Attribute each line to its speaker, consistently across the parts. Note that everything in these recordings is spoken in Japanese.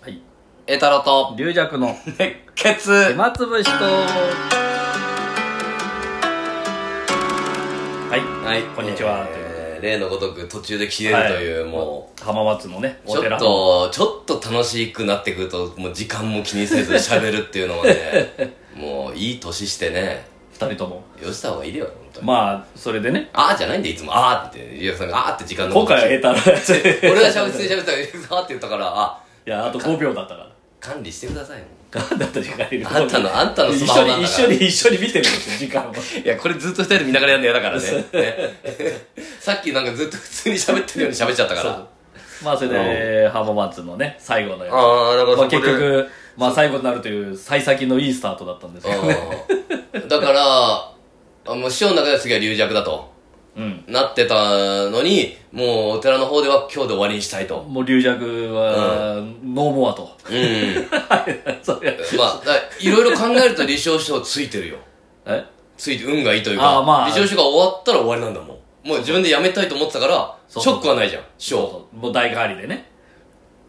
Speaker 1: はい
Speaker 2: 栄太郎と
Speaker 1: 龍尺 の
Speaker 2: 熱血
Speaker 1: 暇つぶしとはい
Speaker 2: はい
Speaker 1: こんにちはということ
Speaker 2: えー例のごとく途中で消えるという、
Speaker 1: はい
Speaker 2: も
Speaker 1: 浜松のね
Speaker 2: う
Speaker 1: お
Speaker 2: ちょ
Speaker 1: 寺
Speaker 2: っとちょっと楽しくなってくるともう時間も気に せず喋るっていうのはねもういい年してね
Speaker 1: 二人とも
Speaker 2: よした方がいいよ本当に、
Speaker 1: まあそれでね
Speaker 2: ああじゃないんでいつもああってゆうさんがああって時間の
Speaker 1: 今回は
Speaker 2: え
Speaker 1: 栄太郎
Speaker 2: 俺がしゃべってしゃべってたからああって言ったからあ
Speaker 1: いやあと5秒だったから
Speaker 2: 管理してくださいもう
Speaker 1: ガーンだった時間 いる
Speaker 2: あんたのあんたのスマホなんだから
Speaker 1: 一緒に一緒に一緒に見てるんですよ時 間を
Speaker 2: いや、これずっと二人で見ながらやるの嫌だからね。ね さっきなんかずっと普通に喋ってるように喋っちゃったから。
Speaker 1: そうまあそれで、浜松のね最後のやつ
Speaker 2: ああ、だから
Speaker 1: まあ、結局、まあ、最後になるという幸先のいいスタートだったんですけどね
Speaker 2: うんだから、あもう師匠の中では次は龍弱だと。
Speaker 1: うん
Speaker 2: なってたのに、もうお寺の方では今日で終わりにしたいと。
Speaker 1: もう龍尺は、ノーモアと
Speaker 2: うん。
Speaker 1: そりゃ
Speaker 2: まあ、だいろいろ考えると李承師匠ついてるよ。
Speaker 1: え
Speaker 2: ついて、運がいいというか、
Speaker 1: あーまあ
Speaker 2: 李承師匠が終わったら終わりなんだもん。もう自分で辞めたいと思ってたから、シ
Speaker 1: そうそう
Speaker 2: ョックはないじゃん、師匠。
Speaker 1: そうもう代替わりでね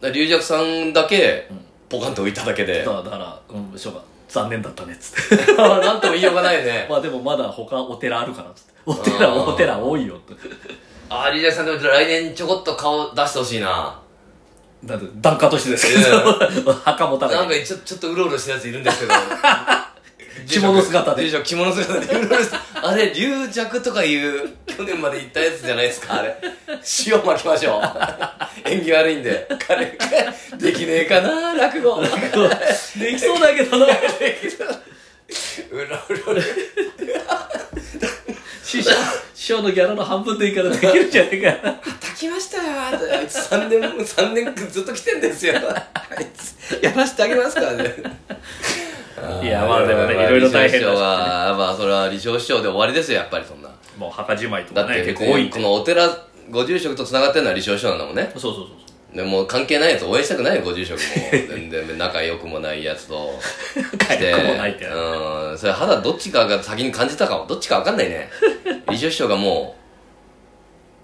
Speaker 2: だから龍弱さんだけ、ポカンと浮いただけで
Speaker 1: だ。からだから、うん、しょうが残念だったねっつって
Speaker 2: なんとも言いようがないね。
Speaker 1: まあでもまだ他お寺あるからっつってお寺
Speaker 2: あー
Speaker 1: お寺多いよって
Speaker 2: あー、リーダーさんでも来年ちょこっと顔出してほしいな。
Speaker 1: だって檀家としてですけど 墓もた
Speaker 2: なん
Speaker 1: ら
Speaker 2: かちょちょっとうろうろしてるやついるんですけど。
Speaker 1: 着物姿で
Speaker 2: 住職。着物姿でうろうろして。あれ、龍尺とかいう、去年まで行ったやつじゃないですか、あれ。塩巻きまし ょう。縁起悪いんで。彼、できねえかな、落語。うろ
Speaker 1: できそうだけどな
Speaker 2: うろ。
Speaker 1: 師匠師匠のギャラの半分でいいからできるんじゃないかな
Speaker 2: 叩きましたよ、あいつ。3年、三年ずっと来てんですよ。あいつ、やらしてあげますからね。
Speaker 1: いやまあでもねいろいろ大変だしね
Speaker 2: 理想師匠は、まあそれは理想師匠で終わりですよ、やっぱりそんな。
Speaker 1: もう墓じまいと
Speaker 2: だ
Speaker 1: か
Speaker 2: って
Speaker 1: ね
Speaker 2: 結
Speaker 1: 結構
Speaker 2: 構多
Speaker 1: 多
Speaker 2: い。
Speaker 1: い
Speaker 2: このお寺、ご住職と繋がってるのは理想師匠なんだもんね。
Speaker 1: そうそうそう
Speaker 2: でもう関係ないやつ応援したくないよ、ご住 職も。全然仲良くもないやつと。
Speaker 1: そう帰もないって
Speaker 2: うん、それ肌どっちかが先に感じたかも。どっちかわかんな いね。理想師匠がも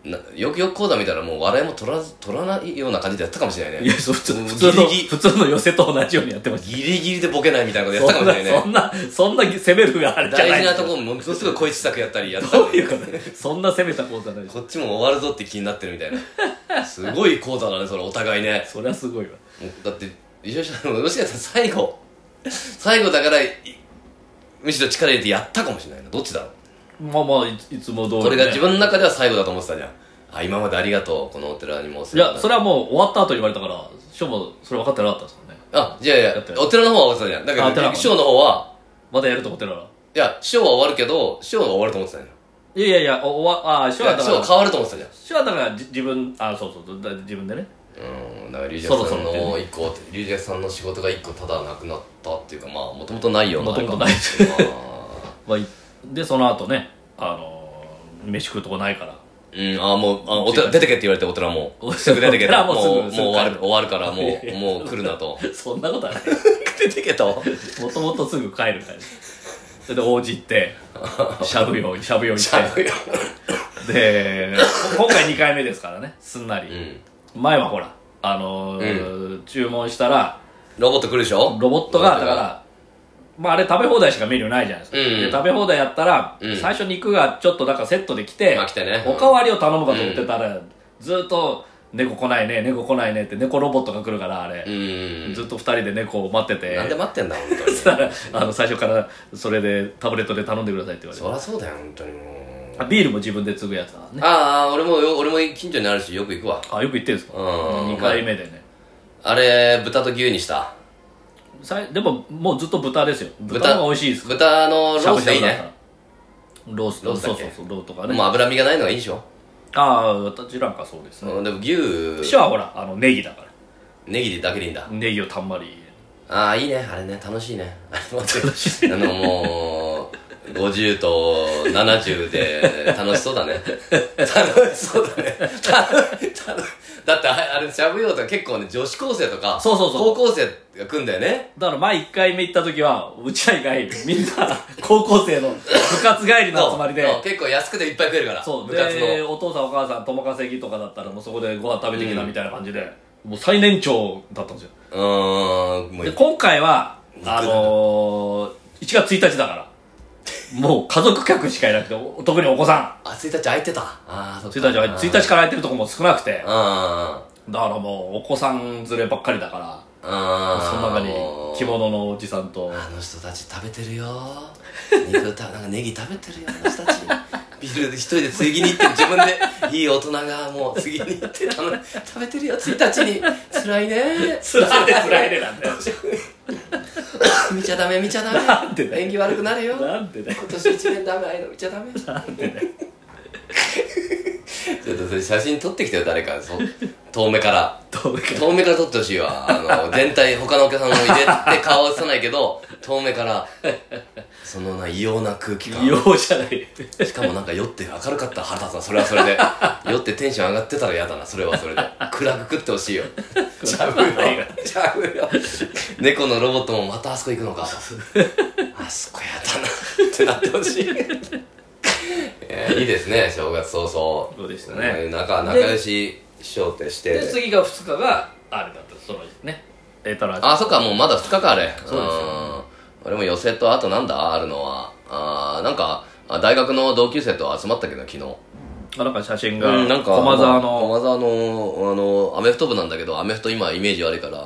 Speaker 2: う、なよくよくこうだ見たらもう笑いも取らず取らないような感じでやったかもしれない
Speaker 1: い
Speaker 2: ね
Speaker 1: や、。そう普通
Speaker 2: もう
Speaker 1: 普通の、
Speaker 2: ギリギリ
Speaker 1: 普通の寄せと同じようにやってまし。
Speaker 2: ギリギリでボケないみたいなことやったたか
Speaker 1: そ
Speaker 2: も
Speaker 1: ん
Speaker 2: し
Speaker 1: な
Speaker 2: れ、ない
Speaker 1: そ
Speaker 2: ね。
Speaker 1: んな、そんな攻めるがあれじゃな
Speaker 2: 大
Speaker 1: い。
Speaker 2: 事なとこもものすごく声小さくやったりやったり
Speaker 1: どういうことそんな攻めた講座ないでしょ。
Speaker 2: こっちも終わるぞって気になってるみたいな。すごい講座だね、それお互いね。
Speaker 1: そりゃすごいわ。
Speaker 2: もうだって、一緒にしたの、吉川さん最後、最後だから、いむしろ力入れてやったかもしれないな。どっちだろう。
Speaker 1: まあまあ、いついつも通り、ね。
Speaker 2: これが自分の中では最後だと思ってたじゃん。あ、今までありがとう、このお寺にもお
Speaker 1: い
Speaker 2: 世話に
Speaker 1: や、
Speaker 2: なっ
Speaker 1: それはもう終わった後言われたから、師匠もそれ分かってなかったですもんね。
Speaker 2: あ、じゃあいや
Speaker 1: だって
Speaker 2: お寺の方は終わってたじゃん。だ
Speaker 1: あお
Speaker 2: け
Speaker 1: 寺
Speaker 2: ど、
Speaker 1: は
Speaker 2: 師匠の方は、
Speaker 1: まだやると思ってるから。
Speaker 2: いや、師匠は終わるけど、師匠が終わると思ってたじゃ
Speaker 1: いやいやいや、お終わ、あー、師匠
Speaker 2: ん。い
Speaker 1: は
Speaker 2: や
Speaker 1: だ
Speaker 2: 師
Speaker 1: か
Speaker 2: 匠は
Speaker 1: ら、
Speaker 2: 変わると思ってたじゃん。
Speaker 1: 師匠はだから、じ自分、あー、そうそうそうだ、自分でね。
Speaker 2: うん、だから龍尺さん
Speaker 1: そろそろ
Speaker 2: の一個龍尺さんの仕事が一個ただなくなったっていうかまあもともとないような
Speaker 1: 元々ない
Speaker 2: あれかな
Speaker 1: まあいで、その後ね、あのー飯食うとこないから。
Speaker 2: うん、あもうあお寺出てけって言われてお寺も
Speaker 1: お
Speaker 2: すぐ出て け
Speaker 1: お寺も
Speaker 2: とも
Speaker 1: すぐ
Speaker 2: うもう
Speaker 1: すぐ
Speaker 2: 終わる終わるからも
Speaker 1: いやいうや
Speaker 2: もう来るな と
Speaker 1: そんなことはない。
Speaker 2: 出てけと
Speaker 1: もともとすぐ帰るからそれで応じてしゃぶ 用しゃぶ用行っ
Speaker 2: よ
Speaker 1: てで今回2回目ですからねすんな
Speaker 2: う
Speaker 1: り、
Speaker 2: ん
Speaker 1: 前はほらあのー注文したら
Speaker 2: ロボット来るでしょ
Speaker 1: ロボットがだからまああれ食べ放題しかメニューないじゃないですか、
Speaker 2: うん
Speaker 1: で食べ放題やったら、
Speaker 2: うん
Speaker 1: 最初肉がちょっとなんかセットで来て,、
Speaker 2: まあ来てね
Speaker 1: おかわりを頼むかと思ってたら、ずっと猫来ないね猫来ないねって猫ロボットが来るからあれ
Speaker 2: う、ん
Speaker 1: ずっと2人で猫を待ってて
Speaker 2: なんで待ってんだ本当
Speaker 1: そ
Speaker 2: に
Speaker 1: したらあの最初からそれでタブレットで頼んでくださいって言われて
Speaker 2: そりゃそうだよ本当にもう
Speaker 1: あビールも自分で継ぐやつだからね
Speaker 2: ああ俺もよ俺も近所にあるしよく行くわ
Speaker 1: あよく言ってるんですか
Speaker 2: うん
Speaker 1: 2回目でね
Speaker 2: あれ豚と牛にした
Speaker 1: さいでももうずっと豚ですよ
Speaker 2: 豚
Speaker 1: 豚の方が美味しいです
Speaker 2: 豚のロースでいい
Speaker 1: だか
Speaker 2: ね
Speaker 1: らロース
Speaker 2: ロースだ
Speaker 1: そ
Speaker 2: っ
Speaker 1: う
Speaker 2: け
Speaker 1: そうそうローとかね、
Speaker 2: もう脂身がないのがいいでしょ
Speaker 1: ああ私なんかそうですね
Speaker 2: うんでも牛
Speaker 1: 私はほらあのネギだから
Speaker 2: ネギでだけでいいんだ
Speaker 1: ネギをたんまり
Speaker 2: ああいいねあれね楽しいねあれ待ってあのもう50と70で楽しそうだね楽しそうだね楽楽だってああれしゃぶようとか結構ね女子高生とか
Speaker 1: そうそうそう
Speaker 2: 高校生が来んだよね
Speaker 1: だから前1回目行った時はうちら以外みんな高校生の部活帰りの集まり で
Speaker 2: そう結構安くていっぱい食えるから
Speaker 1: そう
Speaker 2: 部活
Speaker 1: で
Speaker 2: の
Speaker 1: お父さんお母さん友稼ぎとかだったらもうそこでご飯食べてきなみたいな感じで、もう最年長だったんですよ、
Speaker 2: ううーん、もう
Speaker 1: で、今回は、あのー、1月1日だから。もう家族客しかいなくて、お特にお子さ
Speaker 2: あ、1日空いてた。ああ、そ
Speaker 1: ん。1日は1日から空いてるとこも少なくて。
Speaker 2: あ
Speaker 1: だからもう、お子さん連ればっかりだから。
Speaker 2: あ、ああ、
Speaker 1: その中に
Speaker 2: もう
Speaker 1: 着物のおじさんと
Speaker 2: あの人たち食べてるよ。肉た、なんかネギ食べてるよ、あの人 たち。ビールで一人でつぎに行って、自分でいい大人がもうつぎに行って、あの、食べてるよ、1日に。辛いね。
Speaker 1: つらいでつらいでなんだよ
Speaker 2: 見ちゃダメ、見ちゃダメ。
Speaker 1: なんでだよ
Speaker 2: 縁起悪くなるよ。
Speaker 1: なんでだよ
Speaker 2: 今年一年ダメ、ああいうの見ちゃダメ。
Speaker 1: なんでだよ
Speaker 2: ちょっとそれ写真撮ってきてよ、誰か。そう遠目から。
Speaker 1: どうか
Speaker 2: 遠目から撮ってほしいわ。あの、全体、他のお客さんも入れて顔は映さないけど、遠目から、そのな、異様な空気
Speaker 1: 異
Speaker 2: 感。
Speaker 1: 様じゃない
Speaker 2: しかもなんか酔って明るかったら腹立つな、それはそれで。酔ってテンション上がってたら嫌だな、それはそれで。暗く食ってほしいよ。ちゃうよ。ちゃうよ。猫のロボットもまたあそこ行くのか。あそこやだな、ってなってほしい。えーいいですね、正月早々。
Speaker 1: そうでしたね
Speaker 2: 仲仲良し師匠ってして。
Speaker 1: で次が2日があれだったそのねえーとら
Speaker 2: あ、そっか、もうまだ2日か、あれ。
Speaker 1: そうですよ
Speaker 2: ん俺も予選と、あとなんだあるのは。あーなんか、あ大学の同級生と集まったけど、昨日。
Speaker 1: あなんか写真が
Speaker 2: うん、なんか、
Speaker 1: 駒沢の
Speaker 2: 駒沢の、あの、アメフト部なんだけど、アメフト今イメージ 悪いから。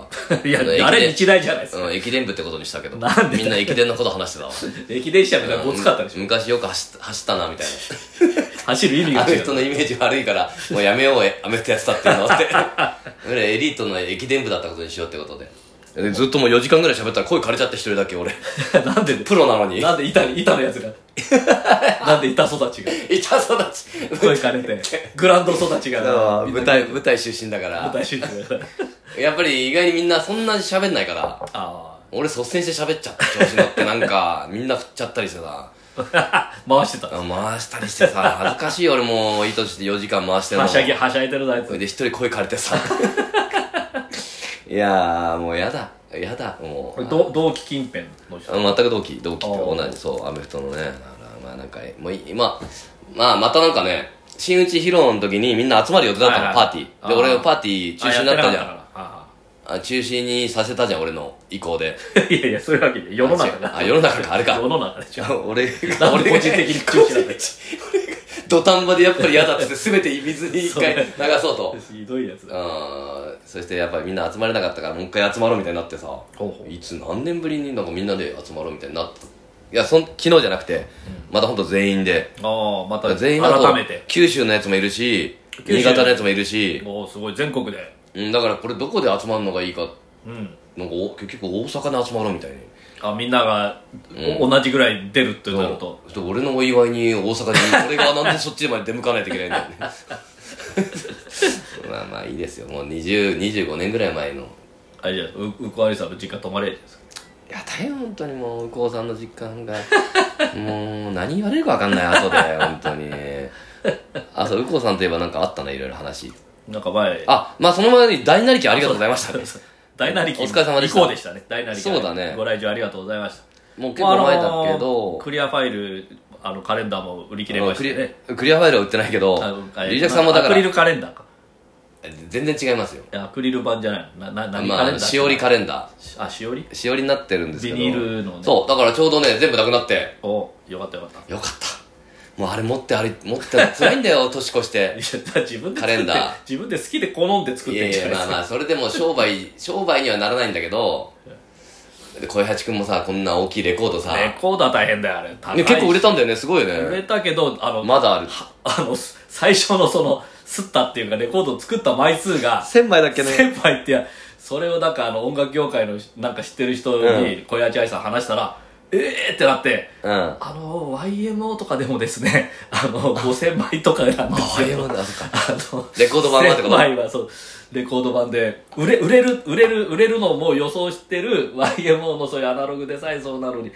Speaker 1: いや
Speaker 2: あの駅伝
Speaker 1: あれ日大じゃないですか
Speaker 2: うん、駅伝部ってことにしたけど。
Speaker 1: なんで
Speaker 2: みんな駅伝のこと話して たわ。
Speaker 1: 駅伝車みたいなごつかったでしょ
Speaker 2: 昔よく走っ走ったな、みたい な。
Speaker 1: 走る意味
Speaker 2: ア
Speaker 1: が
Speaker 2: メ
Speaker 1: 違
Speaker 2: フト
Speaker 1: う
Speaker 2: のイメージ悪いから、もうやめよう、アメフトやってたっていうのって。 俺、エリートの駅伝部だったことにしようってことで。でずっともう4時間ぐらい喋ったら声枯れちゃって一人だけ俺。
Speaker 1: なんで
Speaker 2: プロなのに。
Speaker 1: なんで板板のやつ がなんで板育ちが
Speaker 2: 板育ち。
Speaker 1: 声かれてグラウンド育ち
Speaker 2: あ
Speaker 1: が
Speaker 2: の
Speaker 1: みん
Speaker 2: 舞
Speaker 1: な
Speaker 2: 台、舞台出身だから。
Speaker 1: 舞台集中だから
Speaker 2: やっぱり意外にみんなそんなに喋んないから。
Speaker 1: あ
Speaker 2: 俺率先して喋っちゃった調子乗ってなんか、 みんな振っちゃったりしてさ。
Speaker 1: あ回してた
Speaker 2: あ回したりしてさ、恥ずかしいよ俺もういい年で4時間回してるの。
Speaker 1: はしゃぎはしゃいでるなあい
Speaker 2: それ
Speaker 1: つ
Speaker 2: で一人声枯れて さいやーもうやだやだもう
Speaker 1: ど同期近辺の人
Speaker 2: あ全く同期同期って
Speaker 1: あ
Speaker 2: 同
Speaker 1: ー
Speaker 2: じそうアメフトのねだからまあなんかもう今、まあ、またなんかね新内披露の時にみんな集まる予定だったの、
Speaker 1: はいはい
Speaker 2: パーティー
Speaker 1: あ
Speaker 2: で
Speaker 1: ー
Speaker 2: 俺がパーティー中止になったじゃん
Speaker 1: んあ
Speaker 2: あ中止にさせたじゃん俺の意向で
Speaker 1: やってなかったからああ いやいやそういうわけで世の中
Speaker 2: あ
Speaker 1: が
Speaker 2: 違うあ世の中かあれか
Speaker 1: 世の中でしょ
Speaker 2: 俺
Speaker 1: な
Speaker 2: が
Speaker 1: んで
Speaker 2: 俺
Speaker 1: 個人的に中止なんだよ
Speaker 2: 土壇場でやっぱり嫌だっつって全て水に一回流そうと
Speaker 1: ひどいやつだ
Speaker 2: うんそしてやっぱりみんな集まれなかったからもう一回集まろうみたいになってさ
Speaker 1: ほうほう
Speaker 2: いつ何年ぶりになんかみんなで集まろうみたいになったいやそん昨日じゃなくて、またほんと全員で
Speaker 1: ああまた
Speaker 2: 全員だと
Speaker 1: 改めて
Speaker 2: 九州のやつもいるし
Speaker 1: 九州
Speaker 2: 新潟のやつもいるし、
Speaker 1: もうすごい全国で
Speaker 2: うん、だからこれどこで集まるのがいいか
Speaker 1: うん
Speaker 2: なんかお結局大阪で集まろうみたいに
Speaker 1: あみんなが
Speaker 2: うん
Speaker 1: お同じぐらい出るって
Speaker 2: そ
Speaker 1: なると
Speaker 2: う俺のお祝いに大阪に俺がなんでそっちまで出向かないといけないんだよ ねまあまあいいですよもう20 25年ぐらい前の
Speaker 1: あれじゃないううこありさんの実家泊まれじゃないですか
Speaker 2: やだよ本当にもう向こうさんの実感 がもう何言われるか分かんない後で本当にあそう右近さんといえばなんかあったないろいろ話
Speaker 1: なんか前
Speaker 2: あまあその前に大なりきありがとうございましたね
Speaker 1: 大なりき
Speaker 2: お疲れ様でした
Speaker 1: 以降でしたね大なりき
Speaker 2: そうだね
Speaker 1: ご来場ありがとうございました
Speaker 2: もう結構前だけ
Speaker 1: もうあの
Speaker 2: ど
Speaker 1: ー、クリアファイルあのカレンダーも売り切れましたね
Speaker 2: クリクリアファイルは売ってないけど
Speaker 1: あのあれ
Speaker 2: リリジャクさんもだか
Speaker 1: アクリ
Speaker 2: ら
Speaker 1: ルカレンダーか
Speaker 2: 全然違いますよ
Speaker 1: いやアクリル板じゃないのなな何カ
Speaker 2: ま
Speaker 1: レンダー
Speaker 2: あしおりカレンダ
Speaker 1: あしおり
Speaker 2: ーしおりになってるんですけど
Speaker 1: ビニールのね
Speaker 2: そうだからちょうどね全部なくなって
Speaker 1: およかったよかった
Speaker 2: よかったもうあれ持ってあれ持って辛いんだよ 年越して
Speaker 1: いやだから自分で
Speaker 2: カ
Speaker 1: 作って
Speaker 2: レンダー
Speaker 1: 自分で好きで好んで作っ
Speaker 2: い
Speaker 1: て
Speaker 2: や
Speaker 1: ん
Speaker 2: い
Speaker 1: じゃ
Speaker 2: や
Speaker 1: ないで
Speaker 2: ますあ
Speaker 1: か
Speaker 2: まあそれでも商売商売にはならないんだけどで小林君もさこんな大きいレコードさ、
Speaker 1: レコードは大変だよあれ高い
Speaker 2: ね、
Speaker 1: し
Speaker 2: 結構売れたんだよねすごい
Speaker 1: 売れ
Speaker 2: ね
Speaker 1: たけどあの、
Speaker 2: まだある
Speaker 1: あのす最初のその吸ったっていうかレコードを作った枚数が
Speaker 2: 1000枚だっ
Speaker 1: 先輩ってやそれをなんかあの音楽業界のなんか知ってる人に小林愛さん話したら、ええーってなって
Speaker 2: うんあ
Speaker 1: あの YMO とかでもですねあの5000枚とかなんです
Speaker 2: あい
Speaker 1: よ
Speaker 2: うもんだそっか
Speaker 1: あの
Speaker 2: レコード版はってこと
Speaker 1: 1000枚はそうレコード版で売れ売れる売れる売れるのをもう予想してる YMO のそういうアナログデザインそうなのに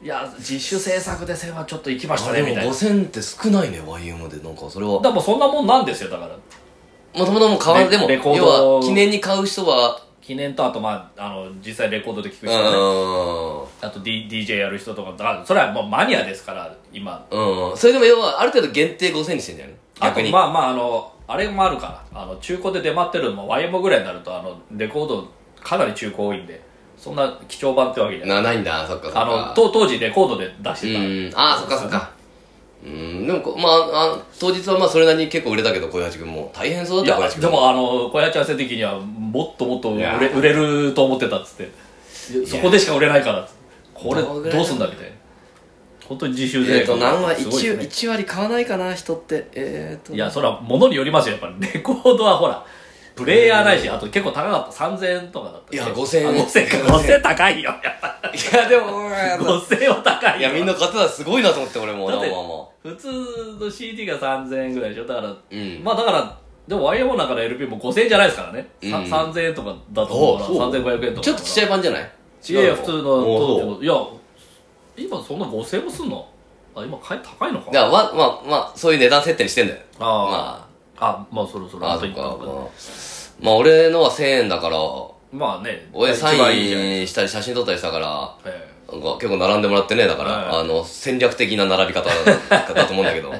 Speaker 1: いや自主制作で1000はちょっと行きました
Speaker 2: あ
Speaker 1: ね
Speaker 2: で
Speaker 1: み
Speaker 2: も
Speaker 1: たいなだか
Speaker 2: 5000って少ないね YM でなんかそれは
Speaker 1: らもうそんなもんなんですよだから
Speaker 2: もともともう買わ
Speaker 1: レ
Speaker 2: でも
Speaker 1: レコード
Speaker 2: 要は記念に買う人は
Speaker 1: 記念とあとまああの実際レコードで聴く
Speaker 2: う
Speaker 1: 人ね
Speaker 2: ん
Speaker 1: あと、D、DJ やる人とかだからそれはもうマニアですから今
Speaker 2: うんそれでも要はある程度限定5000にしてんじゃない
Speaker 1: あと
Speaker 2: 逆に
Speaker 1: まあまああのあれもあるからあの中古で出回ってるのも YMO ぐらいになるとあのレコードかなり中古多いんでそんな貴重版ってわけじゃない
Speaker 2: なないんだそっかそっか
Speaker 1: あのと当時レコードで出してた、
Speaker 2: うんあそっかそっかうんでもこまああ当日はまあそれなりに結構売れたけど小八君も大変そう
Speaker 1: い
Speaker 2: だった
Speaker 1: や
Speaker 2: 小八
Speaker 1: で
Speaker 2: 君
Speaker 1: もあの小屋ちゃん的にはもっともっと売
Speaker 2: いや
Speaker 1: れ売れると思ってたっつってそこでしか売れないからっつってこれ
Speaker 2: どのぐらい
Speaker 1: どうすんだみたいな本当に自習
Speaker 2: え
Speaker 1: で
Speaker 2: っと何割
Speaker 1: すごいですね
Speaker 2: 1, 一割買わないかな人ってえっと
Speaker 1: いやそれは物によりますよやっぱり レコードはほらプレイヤーないし、あと結構高かった3000円とかだった
Speaker 2: いや5000円
Speaker 1: あ5000か5000高いよやっぱ
Speaker 2: いやでも俺あの
Speaker 1: 5000は高い
Speaker 2: い
Speaker 1: よ
Speaker 2: やみんな買ってたらすごいなと思って俺も
Speaker 1: だって
Speaker 2: まあまあまあ
Speaker 1: 普通の CD が3000円ぐらいでしょだから、
Speaker 2: うん
Speaker 1: まあだからでも YMO の中の LP も5000円じゃないですからね、さ
Speaker 2: うん
Speaker 1: 3000円とかだと思う
Speaker 2: お
Speaker 1: から
Speaker 2: うそう
Speaker 1: 3500円とか
Speaker 2: ちょっとちっちゃい版じゃない
Speaker 1: いやいや普通の
Speaker 2: おう
Speaker 1: といや今そんな5000円もすんのあ今買い高いのか
Speaker 2: だからまあまあまあそういう値段設定にしてんだよ
Speaker 1: あー
Speaker 2: ま
Speaker 1: あまあそろそろ
Speaker 2: ああ
Speaker 1: と
Speaker 2: そっ
Speaker 1: 言た
Speaker 2: か
Speaker 1: の
Speaker 2: ま
Speaker 1: か
Speaker 2: あまあ俺のは1000円だから
Speaker 1: まあね
Speaker 2: 俺サ
Speaker 1: 一番いいじゃん
Speaker 2: インしたり写真撮ったりしたから
Speaker 1: ええ
Speaker 2: なんか結構並んでもらってねだから、
Speaker 1: はい
Speaker 2: あの戦略的な並び方だだと思うん だけど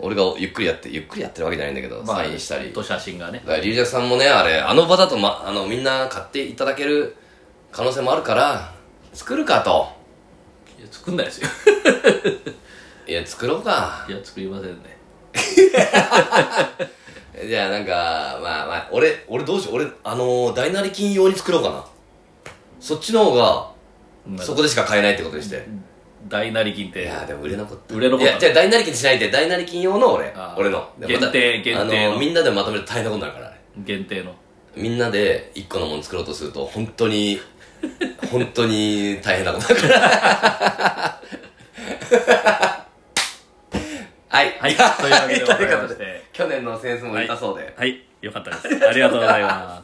Speaker 2: 俺がゆっくりやってゆっくりやってるわけじゃないんだけど、
Speaker 1: まあ
Speaker 2: サインしたり
Speaker 1: と写真がね
Speaker 2: だから龍尺さんもねあれあの場だと、ま、あのみんな買っていただける可能性もあるから作るかと
Speaker 1: いや作んないですよ
Speaker 2: いや作ろうか
Speaker 1: いや作りませんね
Speaker 2: じゃあなんかまあまあ俺俺どうしよう俺あのー大なり金用に作ろうかなそっちの方がそこでしか買えないってことにして
Speaker 1: 大なり金っ
Speaker 2: い
Speaker 1: て
Speaker 2: やでも売れ残った
Speaker 1: 売れ残った
Speaker 2: いやじゃあ大なり金にしないで大なり金用の俺
Speaker 1: あー
Speaker 2: 俺ので
Speaker 1: 限定限定の
Speaker 2: あのーみんなでまとめると大変なことになるからあれ
Speaker 1: 限定の
Speaker 2: みんなで一個のもの作ろうとすると本 当に本当に大変なことだからはい、
Speaker 1: はいというわけでございまして
Speaker 2: 去年のセンスもいたそうで、
Speaker 1: はいよかったですありがとうございます